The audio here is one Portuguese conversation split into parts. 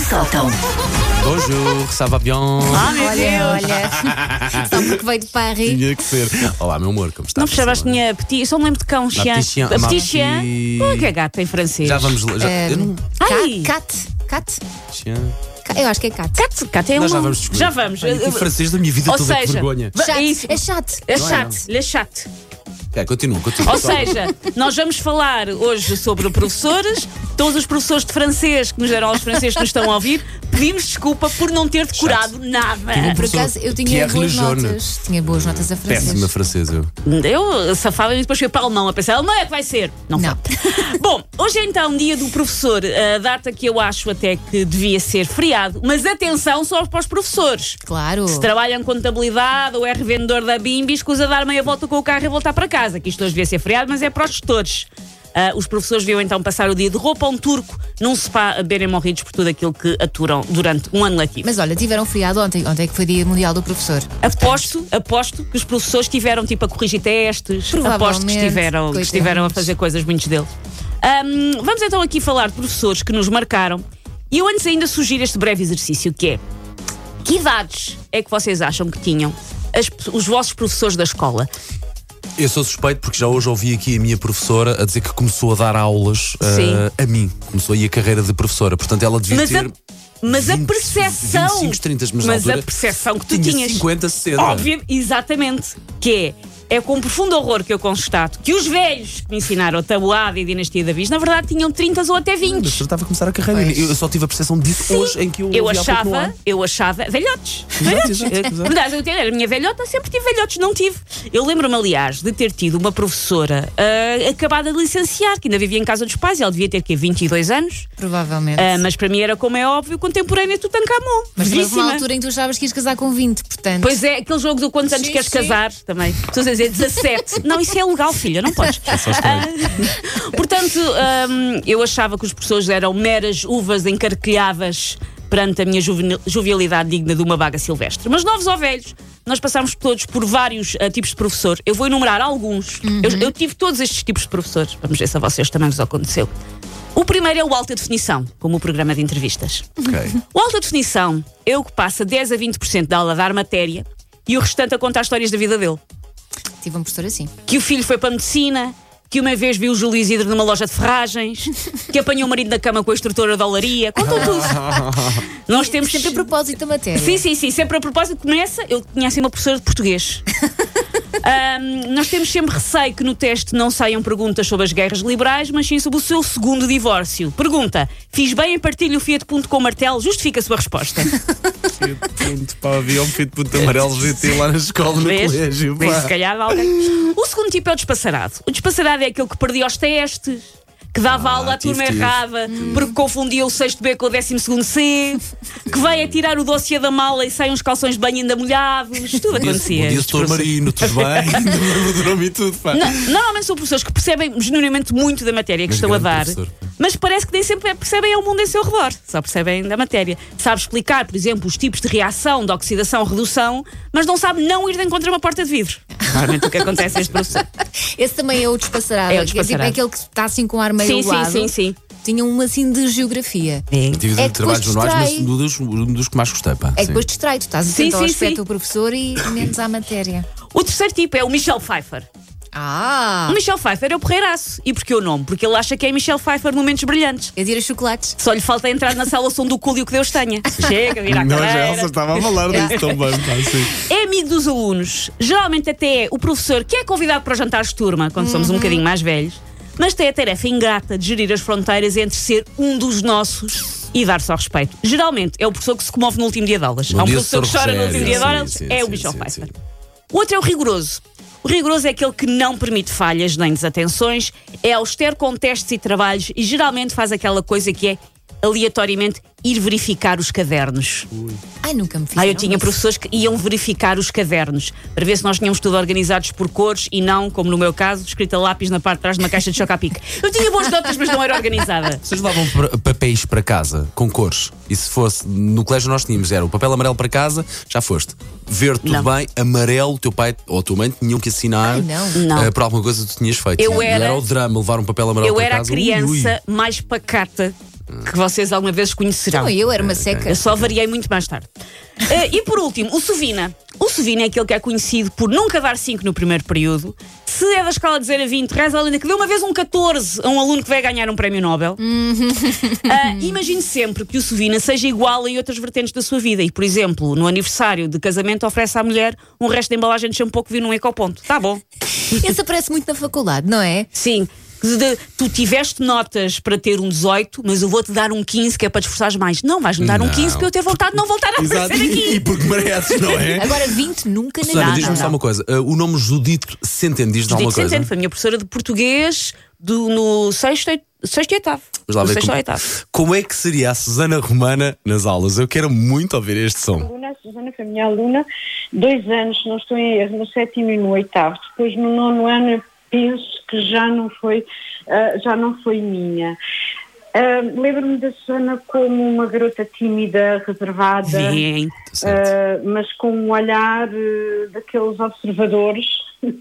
saltam. Bonjour, ça va bien? Ah, Olha, olha. Só porque veio de Paris. Tinha que ser. Olá, meu amor, como está? Não fechaste minha petit. Eu só me lembro de cão, La Chian. petite chien, A ma petit chien. petite- Como é que é gato em francês? Já vamos. lá- Já, eu não- Ai! Cat, cat, Tinha- cat. Eu acho que é cat. Gato, gato é um. Nós já vamos descobrir. Já vamos. Ai, que francês da minha vida Ou toda, que seja, vergonha. va- Chat, é isso. é chato. É Não é, chato, le chato. É, continua, continua. Ou seja, nós vamos falar hoje sobre professores. Todos os professores de francês que nos deram aos franceses que nos estão a ouvir, pedimos desculpa por não ter decorado nada. Tive um Por professor, acaso eu tinha Pierre boas Lejeune. notas. Tinha boas notas a francês. Péssima francesa. eu. Eu safava e depois fui para alemão a pensar, alemão é que vai ser. Não, Não. foi. Bom, hoje é então dia do professor, a data que eu acho até que devia ser feriado, mas atenção só para os professores. Claro. Se trabalham contabilidade ou é revendedor da Bimbi, escusa dar meia volta com o carro e voltar para casa, que isto hoje devia ser feriado, mas é para os gestores. Ah, os professores deviam então passar o dia de roupa a um turco num spa a beberem morridos por tudo aquilo que aturam durante um ano letivo. Mas olha, tiveram feriado ontem. Ontem é que foi dia mundial do professor. Aposto, aposto que os professores tiveram tipo a corrigir testes, aposto que Provavelmente, estiveram, que coitados. estiveram a fazer coisas, muitos deles. Ahm, vamos então aqui falar de professores que nos marcaram. E eu antes ainda sugiro este breve exercício que é que idades é que vocês acham que tinham as- os vossos professores da escola? Eu sou suspeito porque já hoje ouvi aqui a minha professora a dizer que começou a dar aulas ah, Sim. a mim. Começou aí a carreira de professora. Portanto, ela devia Mas a, É ter. mas a 20, percepção. 25, 30, mas na a altura percepção que tu tinha tinhas. 50, 60. Óbvio, exatamente. Que é, é com profundo horror que eu constato que os velhos que me ensinaram a tabuada e a dinastia da Viz, na verdade, tinham 30 ou até 20. Mas eu estava a começar a carreira. Pois. Eu só tive a percepção disso hoje em que eu. Eu ouvi há pouco no ar. achava, eu achava velhotes. Exato, Velhotes. exato, Eh, exato. Verdade, eu tenho- era a minha velhota, sempre tive velhotes, não tive. Eu lembro-me, aliás, de ter tido uma professora ah, acabada de licenciar, que ainda vivia em casa dos pais, ela devia ter que 22 anos, Provavelmente. Ah, mas para mim era, como é óbvio, contemporânea de Tutankhamon. Mas houve uma Vivíssima. altura em que tu achavas que ias casar com 20, portanto. Pois é, aquele jogo do quantos anos Sim, queres sim. casar também. Tu a dizer 17. não, isso é legal, filha, não podes. É Ah, portanto, hum, eu achava que os professores eram meras uvas encarquilhadas perante a minha juvenil- jovialidade digna de uma vaga silvestre. Mas novos ou velhos, nós passámos todos por vários ah, tipos de professor. Eu vou enumerar alguns. Uhum. Eu, eu tive todos estes tipos de professores. Vamos ver se a vocês também vos aconteceu. O primeiro é o alta definição, como o programa de entrevistas. Ok. O alta definição é o que passa 10 a 20% da aula a dar matéria e o restante a contar histórias da vida dele. Tive um professor assim. Que o filho foi para a medicina, que uma vez viu o Júlio Isidro numa loja de ferragens, que apanhou o marido na cama com a instrutora da olaria. Contou tudo. Nós temos Sempre a propósito da matéria. Sim, sim, sim. Sempre a propósito, começa. Eu tinha assim uma professora de português. Ahm, nós temos sempre receio que no teste não saiam perguntas sobre as guerras liberais, mas sim sobre o seu segundo divórcio. Pergunta: fiz bem em partilho o Fiat Punto com o martelo? Justifica a sua resposta. Ponto para avião, fito puto amarelo GT lá na escola, no Vês? colégio. Vês, pá. se calhar alguém. O segundo tipo é o despassarado. O despassarado é aquele que perdia os testes, que dava aula à tive, turma tive. errada, porque confundia o 6 B com o 12 C, que vai a tirar o dossiê da mala e saem uns calções de banho ainda molhados. Tudo acontecia. Bom dia, Estes Sr. professores. Marino, tudo bem? Dormi e tudo, pá. Não, Normalmente são professores que percebem genuinamente muito da matéria que Mas estão a dar, grande professor. mas parece que nem sempre é, percebem ao mundo em seu redor, só percebem da matéria. Sabe explicar, por exemplo, os tipos de reação, de oxidação, redução, mas não sabe não ir de encontro a uma porta de vidro. Realmente o que acontece é a este professor. Esse também é o despassarado. É o tipo, despassarado. aquele que está assim com o ar meio Sim, sim, lado. sim, sim. Tinha um assim de geografia. Tive É de que trabalhos depois jornais, mas distrai. um dos, um dos que mais gostei, pá. É que Sim. depois distrai, tu estás Sim, atento ao sim, aspecto sim. do professor e menos à matéria. O terceiro tipo é o Michel Pfeiffer. Ah! O Michel Pfeiffer é o porreiraço. E porquê o nome? Porque ele acha que é Michel Pfeiffer momentos brilhantes. Eu tiro chocolates. Só lhe falta entrar na sala ao som do cúlio que Deus tenha. é Chega, vira a Não, já cadeira. Elsa estava a falar disso também, pá. Sim. é amigo dos alunos. Geralmente até é o professor que é convidado para os jantares de turma, quando somos um Uhum. bocadinho mais velhos, mas tem a tarefa ingrata de gerir as fronteiras entre ser um dos nossos e dar-se ao respeito. Geralmente é o professor que se comove no último dia de aulas. Bom Há um dia, professor que Sr. chora no Rogério. último dia de Sim, aulas, sim, é o sim, Michel sim, Pfeiffer. sim. O outro é o rigoroso. O rigoroso é aquele que não permite falhas nem desatenções, é austero com testes e trabalhos e geralmente faz aquela coisa que é aleatoriamente ir verificar os cadernos. Ai, nunca me fiz. Ah, eu tinha professores que iam verificar os cadernos para ver se nós tínhamos tudo organizados por cores e não, como no meu caso, escrita a lápis na parte de trás de uma caixa de chocapic. Eu tinha boas notas, mas não era organizada. Vocês levavam pra- papéis para casa com cores. E se fosse no colégio, nós tínhamos era o papel amarelo para casa, já foste. Verde, tudo Não. bem. Amarelo, teu pai ou a tua mãe tinham que assinar Ai, não. Não. eh, por alguma coisa que tu tinhas feito. Eu E era- o drama levar um papel amarelo Eu para era a casa. Ui, ui. criança mais pacata que vocês alguma vez conhecerão. Não, eu era uma seca. Eu só variei muito mais tarde. Eh, e por último, o Sovina. O Sovina é aquele que é conhecido por nunca dar 5 no primeiro período. Se é da escala de 0 a 20, reza a lenda que deu uma vez um 14 a um aluno que vai ganhar um prémio Nobel. Ah, imagine sempre que o Sovina seja igual em outras vertentes da sua vida. E, por exemplo, no aniversário de casamento, oferece à mulher um resto de embalagem de shampoo que viu num ecoponto. Tá bom. Esse aparece muito na faculdade, não é? Sim. De- de- tu tiveste notas para ter um 18, mas eu vou-te dar um 15 que é para te esforçares mais. Não, vais-me dar um Não. 15 para eu ter vontade de não voltar a aparecer aqui. E porque mereces, não é? Agora 20 nunca na Susana, Não, diz-me não, só não. uma coisa. Uh, o nome Judito Centeno diz-nos alguma Judite é coisa? Centeno foi a minha professora de português do, no sexto, e- sexto e oitavo. Vamos lá No ver sexto como, ou oitavo. como é que seria a Susana Romana nas aulas. Eu quero muito ouvir este som. aluna, a Susana foi minha aluna, dois anos, não estou em erro, no sétimo e no oitavo. Depois no nono ano eu penso que já não foi, ah, já não foi minha. Ah, Lembro-me da Susana como uma garota tímida, reservada. Sim. Certo. Ah, mas com um olhar eh, daqueles observadores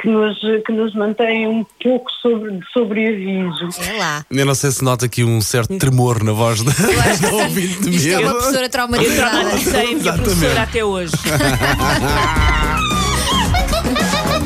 que nos, que nos mantém um pouco sobre, de sobreaviso. É lá. Eu não sei se nota aqui um certo tremor na voz da, da ouvinte de Isto é uma medo. professora Eu traumatizada. traumatizei a minha Exatamente. professora até hoje.